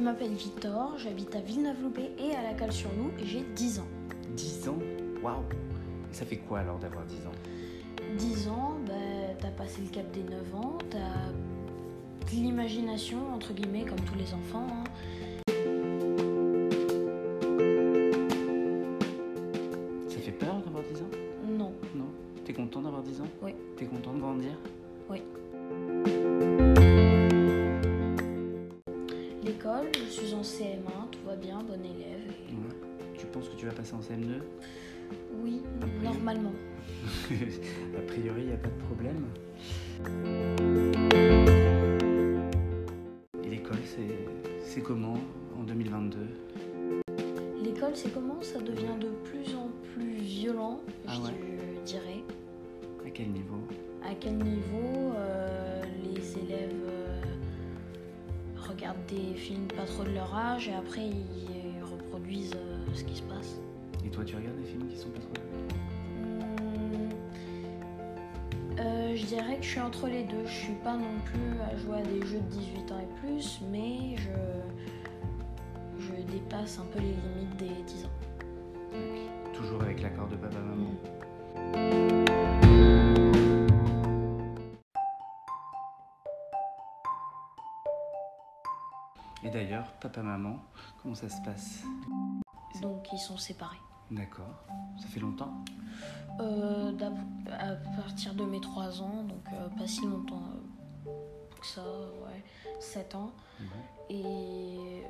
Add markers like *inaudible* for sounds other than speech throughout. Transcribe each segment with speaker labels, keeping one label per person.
Speaker 1: m'appelle Victor, j'habite à Villeneuve-Loubet et à la Cale-sur-Loup et j'ai 10 ans.
Speaker 2: 10 ans Waouh Et ça fait quoi alors d'avoir 10 ans
Speaker 1: 10 ans, bah, t'as passé le cap des 9 ans, t'as de l'imagination, entre guillemets, comme tous les enfants. hein.
Speaker 2: Ça fait peur d'avoir 10 ans
Speaker 1: Non,
Speaker 2: Non T'es content d'avoir 10 ans
Speaker 1: Oui.
Speaker 2: T'es content de grandir
Speaker 1: l'école, je suis en CM1, tout va bien, bon élève. et-
Speaker 2: Mm. Tu penses que tu vas passer en CM2
Speaker 1: Oui,
Speaker 2: Ah
Speaker 1: normalement.
Speaker 2: *laughs* A priori, il n'y a pas de problème. Et l'école, c'est- c'est comment en 2022
Speaker 1: L'école, c'est comment Ça devient de plus en plus violent,
Speaker 2: Ah
Speaker 1: je
Speaker 2: ouais.
Speaker 1: je dirais.
Speaker 2: À quel niveau
Speaker 1: À quel niveau euh, les élèves euh, regardent des films pas trop de leur âge et après ils reproduisent euh, ce qui se passe
Speaker 2: Et toi, tu regardes des films qui sont pas trop...
Speaker 1: Hmm. Euh, Je dirais que je suis entre les deux. Je suis pas non plus à jouer à des jeux de 18 ans et plus, mais je, je dépasse un peu les limites des 10 ans.
Speaker 2: Toujours avec l'accord de papa-maman Et d'ailleurs, papa-maman, comment ça se passe
Speaker 1: Donc ils sont séparés.
Speaker 2: D'accord. Ça fait longtemps
Speaker 1: Euh, d'ab- à partir de mes 3 ans, donc euh, pas si longtemps euh, que ça, ouais, 7 ans.
Speaker 2: Ouais.
Speaker 1: Et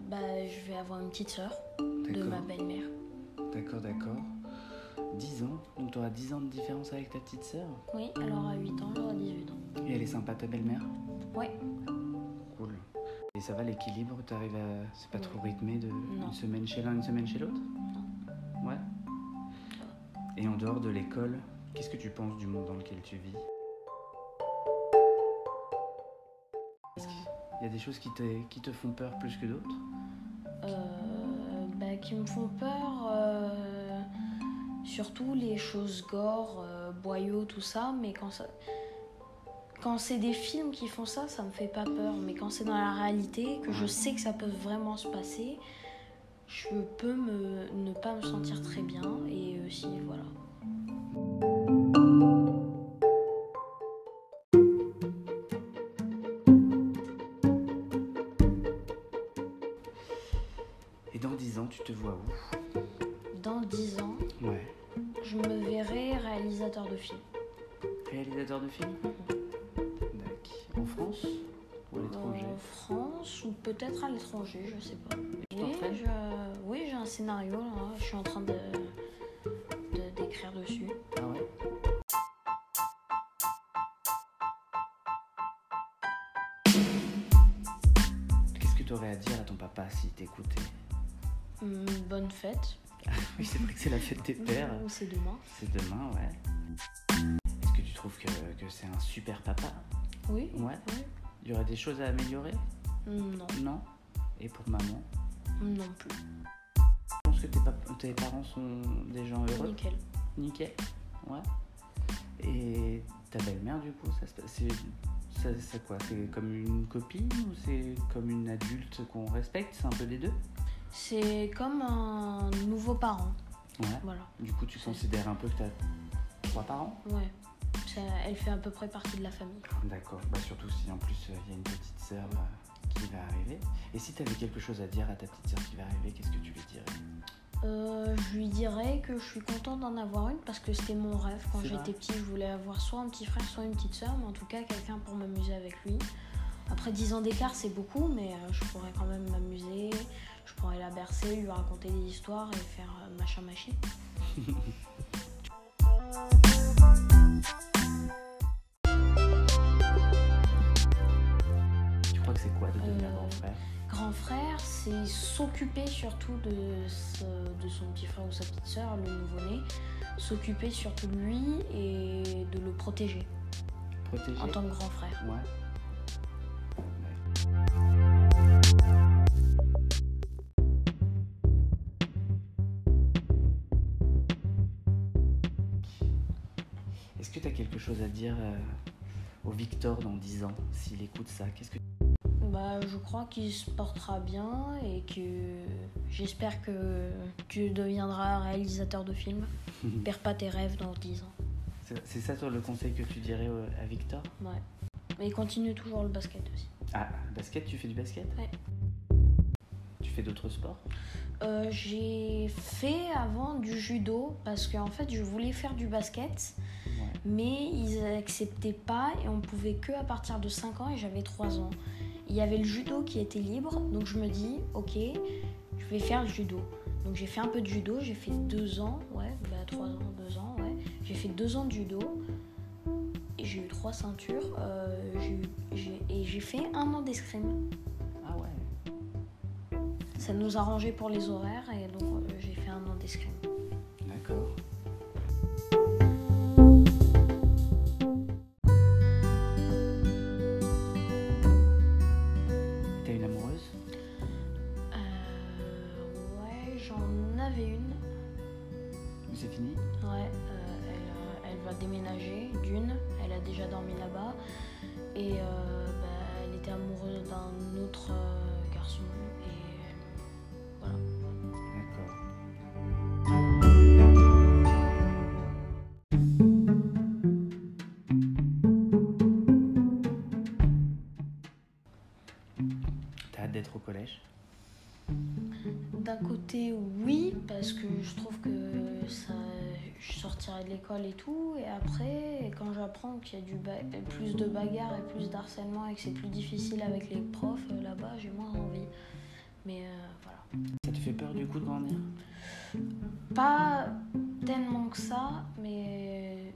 Speaker 1: bah, je vais avoir une petite sœur de ma
Speaker 2: D'accord.
Speaker 1: belle-mère.
Speaker 2: D'accord, d'accord. 10 ans Donc tu auras 10 ans de différence avec ta petite sœur
Speaker 1: Oui, alors à 8 ans, j'aurai 18 ans.
Speaker 2: Et elle est sympa ta belle-mère
Speaker 1: Ouais.
Speaker 2: Cool. Et ça va l'équilibre T'arrives à... C'est pas
Speaker 1: Oui.
Speaker 2: trop rythmé de...
Speaker 1: Non.
Speaker 2: Une semaine chez l'un, une semaine chez l'autre Ouais. Et en dehors de l'école, qu'est-ce que tu penses du monde dans lequel tu vis Est-ce qu'il y a des choses qui te, qui te font peur plus que d'autres
Speaker 1: Euh, bah, qui me font peur, euh, surtout les choses gore, euh, boyaux, tout ça, mais quand ça. Quand c'est des films qui font ça, ça me fait pas peur. Mais quand c'est dans la réalité, que je
Speaker 2: Ouais.
Speaker 1: sais que ça peut vraiment se passer, je peux me, ne pas me sentir très bien. Et aussi, voilà.
Speaker 2: Et dans 10 ans, tu te vois où
Speaker 1: Dans 10 ans,
Speaker 2: Ouais.
Speaker 1: je me verrai réalisateur de films.
Speaker 2: Réalisateur de films D'accord. En France Ou à l'étranger
Speaker 1: Mm-hmm. En France ou peut-être à l'étranger, je sais pas.
Speaker 2: Tu
Speaker 1: Mais
Speaker 2: t'entraînes
Speaker 1: je- Oui, j'ai un scénario là, je suis en train de de- d'écrire dessus.
Speaker 2: Ah ouais Qu'est-ce que tu aurais à dire à ton papa s'il t'écoutait
Speaker 1: Hum, bonne fête.
Speaker 2: Oui, c'est vrai que c'est la fête des pères.
Speaker 1: Ou c'est demain.
Speaker 2: C'est demain, ouais. Est-ce que tu trouves que, que c'est un super papa
Speaker 1: Oui.
Speaker 2: Ouais.
Speaker 1: oui.
Speaker 2: Il y aurait des choses à améliorer
Speaker 1: Hum, Non,
Speaker 2: Non Et pour maman
Speaker 1: non plus.
Speaker 2: Je pense que tes, pap- tes parents sont des gens heureux.
Speaker 1: Nickel.
Speaker 2: Nickel. Ouais. Et ta belle-mère, du coup, ça se passe. c'est- ça- C'est quoi C'est comme une copine ou c'est comme une adulte qu'on respecte C'est un peu des deux
Speaker 1: C'est comme un nouveau parent.
Speaker 2: Ouais.
Speaker 1: Voilà.
Speaker 2: Du coup, tu considères un peu que t'as trois parents
Speaker 1: Ouais. Ça- elle fait à peu près partie de la famille.
Speaker 2: D'accord, bah surtout si en plus il y a une petite sœur euh, qui va arriver. Et si t'avais quelque chose à dire à ta petite sœur qui va arriver, qu'est-ce que tu lui dirais
Speaker 1: Euh, je lui dirais que je suis contente d'en avoir une parce que c'était mon rêve. Quand
Speaker 2: C'est vrai.
Speaker 1: j'étais petite, je voulais avoir soit un petit frère, soit une petite soeur, mais en tout cas quelqu'un pour m'amuser avec lui. Après 10 ans d'écart, c'est beaucoup, mais euh, je pourrais quand même m'amuser. Je pourrais la bercer, lui raconter des histoires et faire euh, machin machin.
Speaker 2: Tu crois que c'est quoi de devenir
Speaker 1: Euh,
Speaker 2: grand frère
Speaker 1: Grand frère, c'est s'occuper surtout de, ce- de son petit frère ou sa petite soeur, le nouveau-né. S'occuper surtout de lui et de le protéger
Speaker 2: Protégé
Speaker 1: en tant que grand frère.
Speaker 2: Ouais. Est-ce que t'as quelque chose à dire euh, au Victor dans 10 ans S'il écoute ça, qu'est-ce que
Speaker 1: Bah, Bah, je crois qu'il se portera bien et que j'espère que tu deviendras réalisateur de films. Perds pas tes rêves dans 10 ans.
Speaker 2: C'est c'est ça toi, le conseil que tu dirais euh, à Victor
Speaker 1: Ouais. Mais continue toujours le basket aussi.
Speaker 2: Ah, basket, tu fais du basket
Speaker 1: Ouais.
Speaker 2: Tu fais d'autres sports
Speaker 1: Euh, j'ai fait avant du judo parce qu'en fait je voulais faire du basket
Speaker 2: Ouais.
Speaker 1: mais ils acceptaient pas et on pouvait que à partir de 5 ans et j'avais 3 ans. Il y avait le judo qui était libre donc je me dis ok je vais faire le judo. Donc j'ai fait un peu de judo, j'ai fait 2 ans, ouais, bah 3 ans, 2 ans, ouais. J'ai fait 2 ans de judo et j'ai eu 3 ceintures euh, j'ai eu- j'ai- et j'ai fait un an d'escrime.
Speaker 2: Ah ouais.
Speaker 1: Ça nous a rangé pour les horaires et donc euh, j'ai fait un an d'escrime.
Speaker 2: D'accord. T'as une amoureuse
Speaker 1: Euh, ouais, j'en avais une.
Speaker 2: C'est fini
Speaker 1: Ouais, euh, elle, euh, elle va déménager d'une. Elle a déjà dormi là-bas. Et euh, bah, elle était amoureuse d'un autre euh, garçon. Et
Speaker 2: D'accord. T'as hâte d'être au collège
Speaker 1: d'un côté, oui, parce que je trouve que ça, je sortirai de l'école et tout. Et après, quand j'apprends qu'il y a du ba- plus de bagarres et plus d'harcèlement et que c'est plus difficile avec les profs euh, là-bas, j'ai moins envie. Mais euh, voilà.
Speaker 2: Ça te fait peur du coup de grandir
Speaker 1: Pas tellement que ça, mais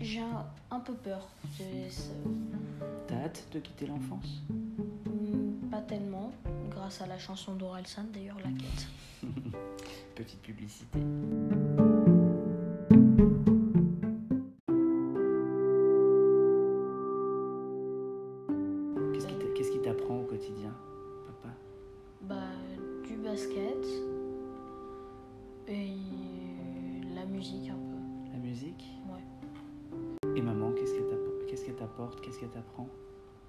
Speaker 1: j'ai un, un peu peur. J'ai- c'est-
Speaker 2: T'as hâte de quitter l'enfance
Speaker 1: hmm, Pas tellement, grâce à la chanson d'Orelsan d'ailleurs, La Quête.
Speaker 2: Petite publicité. Qu'est-ce qui t'a- qu'est-ce qui t'apprend au quotidien, papa
Speaker 1: Bah, du basket et la musique un peu.
Speaker 2: La musique
Speaker 1: Ouais.
Speaker 2: Et maman, qu'est-ce qu'elle t'app- qu'est-ce qu'elle t'apporte Qu'est-ce qu'elle t'apprend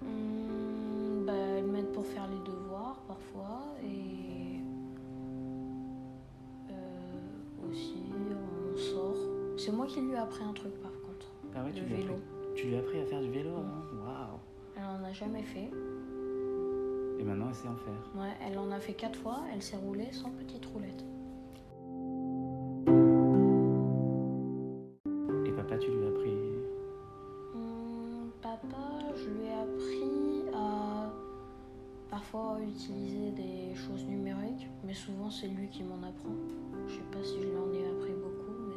Speaker 1: Hmm, bah, elles m'aident pour faire les devoirs parfois et euh, aussi on sort. C'est moi qui lui ai appris un truc par contre.
Speaker 2: Ah ouais, tu,
Speaker 1: Le
Speaker 2: lui as
Speaker 1: vélo.
Speaker 2: appris- tu lui as appris à faire du vélo hein Waouh
Speaker 1: Elle en a jamais fait.
Speaker 2: Et maintenant, elle sait en faire.
Speaker 1: Ouais, elle en a fait quatre fois, elle s'est roulée sans petite roulette.
Speaker 2: Et papa, tu lui as appris.
Speaker 1: Hum, papa, je lui ai appris à parfois utiliser des choses numériques, mais souvent c'est lui qui m'en apprend. Je sais pas si je lui en ai appris beaucoup, mais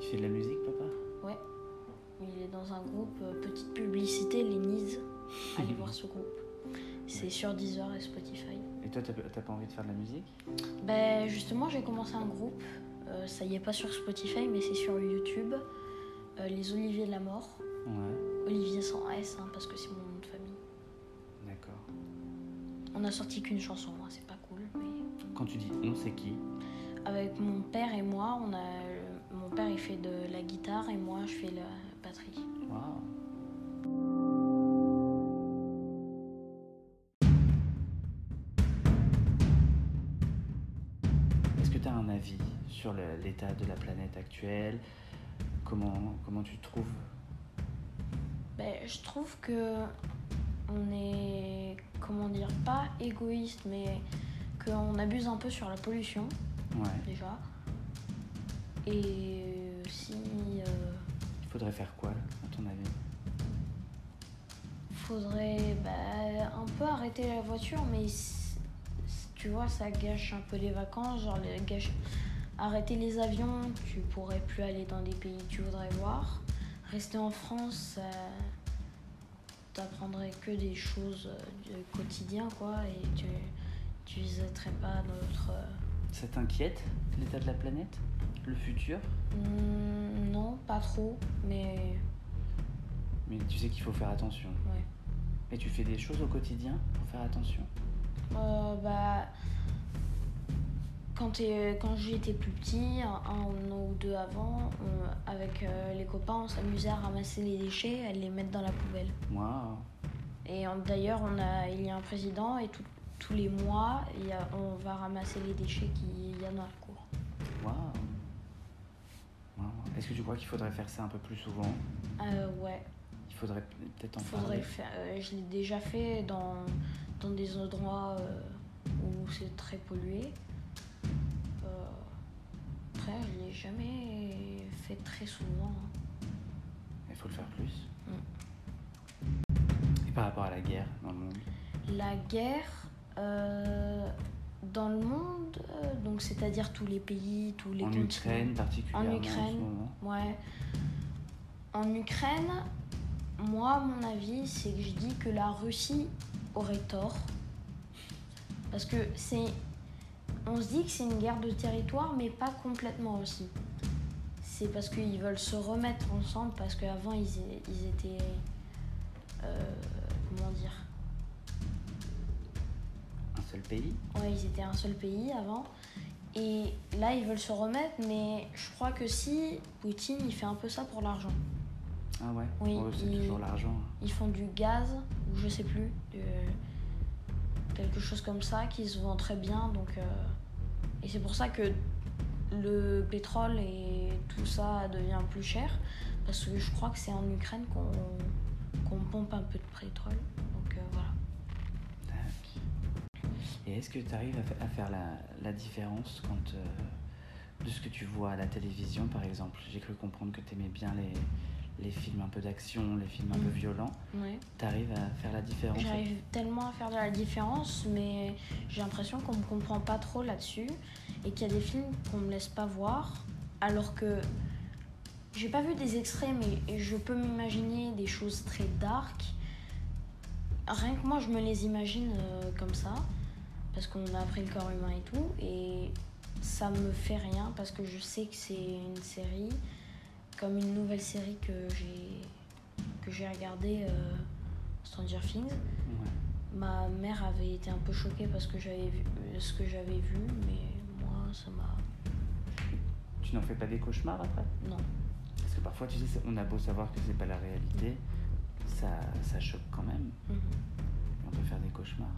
Speaker 2: Tu fais de la musique, papa
Speaker 1: ouais. Il est dans un groupe, euh, petite publicité, les Nids. Allez
Speaker 2: *laughs*
Speaker 1: voir ce groupe. C'est sur Deezer et Spotify.
Speaker 2: Et toi, t'as t'as pas envie de faire de la musique
Speaker 1: Ben justement, j'ai commencé un groupe. Euh, ça y est pas sur Spotify, mais c'est sur YouTube. Euh, les Oliviers de la Mort.
Speaker 2: Ouais,
Speaker 1: Olivier sans S, hein, parce que c'est mon nom de famille.
Speaker 2: d'accord.
Speaker 1: On a sorti qu'une chanson, hein, c'est pas cool. Mais...
Speaker 2: Quand tu dis on, c'est qui
Speaker 1: Avec mon père et moi, on a mon père il fait de la guitare et moi je fais la batterie.
Speaker 2: Waouh Est-ce que tu as un avis sur le- l'état de la planète actuelle comment, comment tu te trouves
Speaker 1: Ben, je trouve que on est comment dire pas égoïste, mais qu'on abuse un peu sur la pollution
Speaker 2: Ouais,
Speaker 1: déjà. Et aussi, euh,
Speaker 2: il faudrait faire quoi, à ton avis
Speaker 1: faudrait bah, un peu arrêter la voiture, mais c- c- tu vois, ça gâche un peu les vacances, genre les gâche... arrêter les avions, tu pourrais plus aller dans des pays que tu voudrais voir. Rester en France, ça t'apprendrais que des choses euh, du quotidien, quoi, et tu, tu visiterais pas euh, notre...
Speaker 2: Ça t'inquiète, l'état de la planète Le futur
Speaker 1: Hmm, non, pas trop, mais
Speaker 2: Mais tu sais qu'il faut faire attention.
Speaker 1: ouais.
Speaker 2: Et tu fais des choses au quotidien pour faire attention
Speaker 1: Euh, bah, quand, t'es- euh, quand j'étais plus petit, un, un an ou deux avant, euh, on- avec euh, les copains, on s'amusait à ramasser les déchets et à les mettre dans la poubelle.
Speaker 2: Waouh
Speaker 1: Et en- d'ailleurs, on a, il y a un président et tout- tous les mois, il y a- on va ramasser les déchets qu'il y a dans la cour.
Speaker 2: Waouh. Waouh. Est-ce que tu crois qu'il faudrait faire ça un peu plus souvent
Speaker 1: Euh, ouais,
Speaker 2: Il faudrait peut-être en
Speaker 1: faudrait
Speaker 2: parler.
Speaker 1: le faire. Euh, je l'ai déjà fait dans, dans des endroits euh, où c'est très pollué. Euh, après, je l'ai jamais fait très souvent. hein.
Speaker 2: Il faut le faire plus.
Speaker 1: Mm.
Speaker 2: Et par rapport à la guerre dans le monde
Speaker 1: La guerre euh, dans le monde, euh, donc c'est-à-dire tous les pays, tous les
Speaker 2: En
Speaker 1: continents.
Speaker 2: Ukraine particulièrement en, ce
Speaker 1: Ukraine.
Speaker 2: moment.
Speaker 1: Ouais. En Ukraine, moi, mon avis, c'est que je dis que la Russie aurait tort. Parce que c'est. On se dit que c'est une guerre de territoire, mais pas complètement aussi. C'est parce qu'ils veulent se remettre ensemble, parce qu'avant, ils, é- ils étaient. euh, comment dire
Speaker 2: Un seul pays
Speaker 1: Ouais, ils étaient un seul pays avant. Et là, ils veulent se remettre, mais je crois que si Poutine, il fait un peu ça pour l'argent.
Speaker 2: Ah ouais
Speaker 1: Oui,
Speaker 2: Oh, C'est
Speaker 1: il-
Speaker 2: toujours l'argent. hein.
Speaker 1: Ils font du gaz, ou je sais plus, de- quelque chose comme ça, qui se vend très bien. Donc, euh, Et c'est pour ça que le pétrole et tout ça devient plus cher. Parce que je crois que c'est en Ukraine qu'on qu'on pompe un peu de pétrole. Donc euh, voilà.
Speaker 2: Tac. Et est-ce que tu arrives à, fa- à faire la, la différence quand, euh, de ce que tu vois à la télévision, par exemple J'ai cru comprendre que tu aimais bien les, les films un peu d'action, les films un peu
Speaker 1: Mhm.
Speaker 2: violents.
Speaker 1: Ouais.
Speaker 2: Tu arrives à faire la différence
Speaker 1: J'arrive tellement à faire de la différence, mais j'ai l'impression qu'on me comprend pas trop là-dessus et qu'il y a des films qu'on me laisse pas voir, alors que j'ai pas vu des extraits, mais je peux m'imaginer des choses très dark. Rien que moi, je me les imagine euh, comme ça, parce qu'on a appris le corps humain et tout, et ça me fait rien parce que je sais que c'est une série, comme une nouvelle série que j'ai que j'ai regardée. euh, Stranger Things.
Speaker 2: Ouais.
Speaker 1: Ma mère avait été un peu choquée parce que j'avais vu euh, ce que j'avais vu, mais moi ça m'a.
Speaker 2: Tu n'en fais pas des cauchemars après
Speaker 1: Non.
Speaker 2: Parce que parfois, tu sais, c'est- on a beau savoir que c'est pas la réalité, ça, ça choque quand même.
Speaker 1: Mhm.
Speaker 2: Et On peut faire des cauchemars.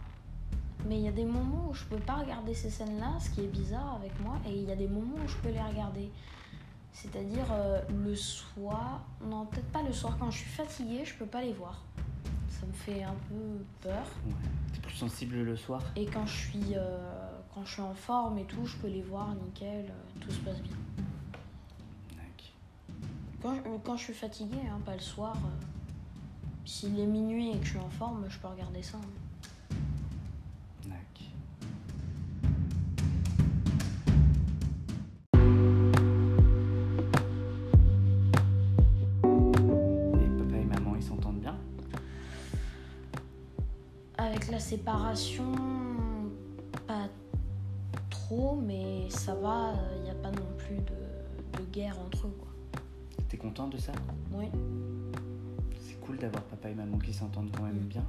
Speaker 1: Mais il y a des moments où je peux pas regarder ces scènes-là, ce qui est bizarre avec moi, et il y a des moments où je peux les regarder. C'est-à-dire euh, le soir, non peut-être pas le soir, quand je suis fatiguée, je peux pas les voir. Ça me fait un peu peur.
Speaker 2: Ouais. T'es plus sensible le soir
Speaker 1: Et quand je suis euh, quand je suis en forme et tout, je peux les voir nickel, euh, tout se passe bien.
Speaker 2: Tac.
Speaker 1: Quand, euh, quand je suis fatiguée, hein, pas le soir. euh, S'il est minuit et que je suis en forme, je peux regarder ça. hein.
Speaker 2: Tac. Et papa et maman, ils s'entendent bien
Speaker 1: Avec la séparation, pas trop, mais ça va, il n'y a pas non plus de, de guerre entre eux. Quoi.
Speaker 2: T'es content de ça
Speaker 1: Oui,
Speaker 2: C'est cool d'avoir papa et maman qui s'entendent quand même
Speaker 1: Mm.
Speaker 2: bien.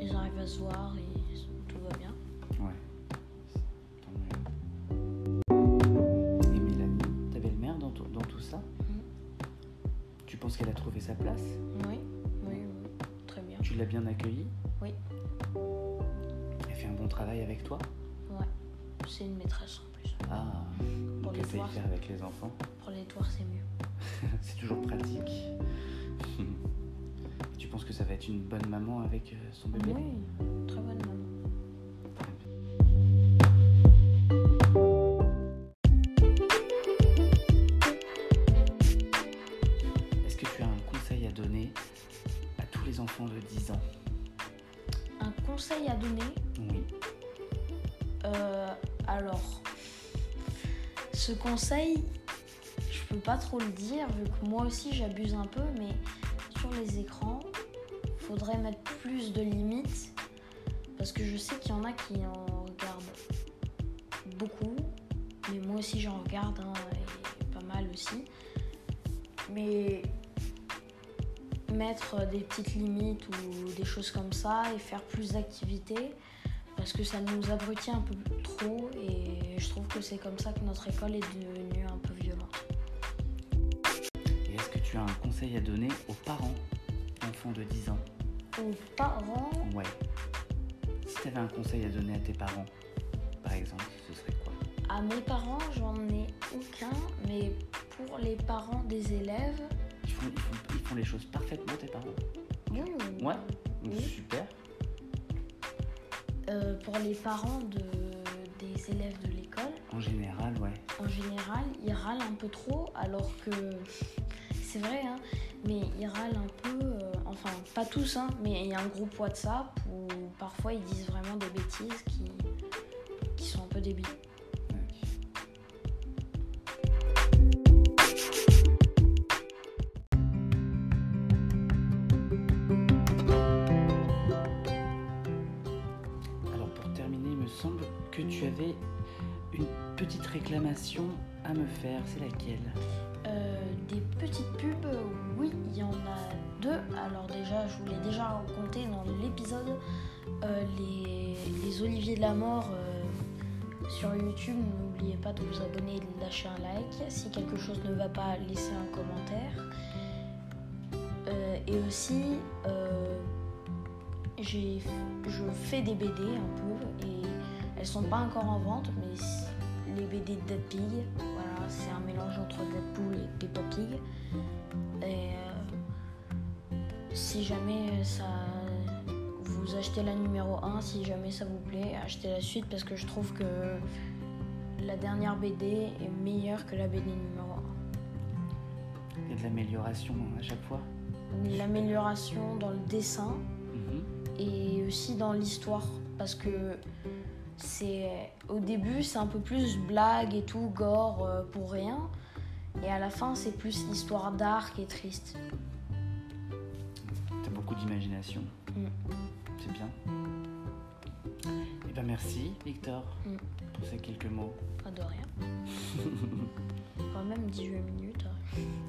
Speaker 1: ils arrivent à se voir et tout va bien.
Speaker 2: Ouais. Tant mieux. Et Mélanie, ta belle-mère, dans, tout- dans tout ça,
Speaker 1: Mm.
Speaker 2: tu penses qu'elle a trouvé sa place
Speaker 1: Oui, oui, oui, très bien.
Speaker 2: Tu l'as bien accueillie
Speaker 1: Oui.
Speaker 2: Elle fait un bon travail avec toi
Speaker 1: Ouais, c'est une maîtresse en plus.
Speaker 2: Ah,
Speaker 1: Pour
Speaker 2: donc
Speaker 1: les
Speaker 2: elle sait y
Speaker 1: voir.
Speaker 2: faire avec les enfants. *laughs*
Speaker 1: Pour les toits, c'est mieux.
Speaker 2: C'est toujours pratique. *laughs* tu penses que ça va être une bonne maman avec euh, son bébé
Speaker 1: Oui, très bonne maman.
Speaker 2: Est-ce que tu as un conseil à donner à tous les enfants de 10 ans
Speaker 1: Un conseil à donner
Speaker 2: Oui.
Speaker 1: Euh, alors, ce conseil, je peux pas trop le dire vu que moi aussi j'abuse un peu, mais sur les écrans, faudrait mettre plus de limites parce que je sais qu'il y en a qui en regardent beaucoup, mais moi aussi j'en regarde hein, et pas mal aussi. Mais mettre des petites limites ou des choses comme ça et faire plus d'activités parce que ça nous abrutit un peu trop et je trouve que c'est comme ça que notre école est devenue un peu violente.
Speaker 2: Et est-ce que tu as un conseil à donner aux parents d'enfants de 10 ans
Speaker 1: aux parents.
Speaker 2: Ouais. Si t'avais un conseil à donner à tes parents, par exemple, ce serait quoi
Speaker 1: À mes parents, j'en ai aucun, mais pour les parents des élèves,
Speaker 2: ils font, ils font- ils font les choses parfaitement, tes parents
Speaker 1: bon,
Speaker 2: Ouais.
Speaker 1: Oui.
Speaker 2: Super.
Speaker 1: euh, pour les parents de- des élèves de l'école,
Speaker 2: En général, ouais.
Speaker 1: en général, ils râlent un peu trop, alors que c'est vrai, hein, mais ils râlent un peu, euh, enfin pas tous, hein, mais il y a un groupe WhatsApp où parfois ils disent vraiment des bêtises qui, qui sont un peu débiles.
Speaker 2: Ok. Alors pour terminer, il me semble que tu avais une petite réclamation à me faire. C'est laquelle
Speaker 1: Euh, des petites pubs, oui, il y en a deux. Alors déjà, je vous l'ai déjà raconté dans l'épisode, euh, les, les Oliviers de la Mort euh, sur YouTube. N'oubliez pas de vous abonner et de lâcher un like. Si quelque chose ne va pas, laissez un commentaire. Euh, et aussi, euh, j'ai- je fais des BD un peu et elles sont pas encore en vente, mais si- les BD de Deadpig, voilà, c'est un mélange entre Deadpool et Peppa Pig. Et euh, si jamais ça. Vous achetez la numéro 1, si jamais ça vous plaît, achetez la suite parce que je trouve que la dernière BD est meilleure que la BD numéro
Speaker 2: Il y a de l'amélioration hein, à chaque fois.
Speaker 1: 1. L'amélioration dans le dessin,
Speaker 2: Mhm.
Speaker 1: et aussi dans l'histoire parce que c'est au début c'est un peu plus blague et tout gore euh, pour rien et à la fin c'est plus histoire dark et triste
Speaker 2: T'as beaucoup d'imagination.
Speaker 1: Mm.
Speaker 2: C'est bien. Eh ben merci Victor
Speaker 1: Mm.
Speaker 2: pour ces quelques mots.
Speaker 1: pas de rien quand même 18 minutes hein.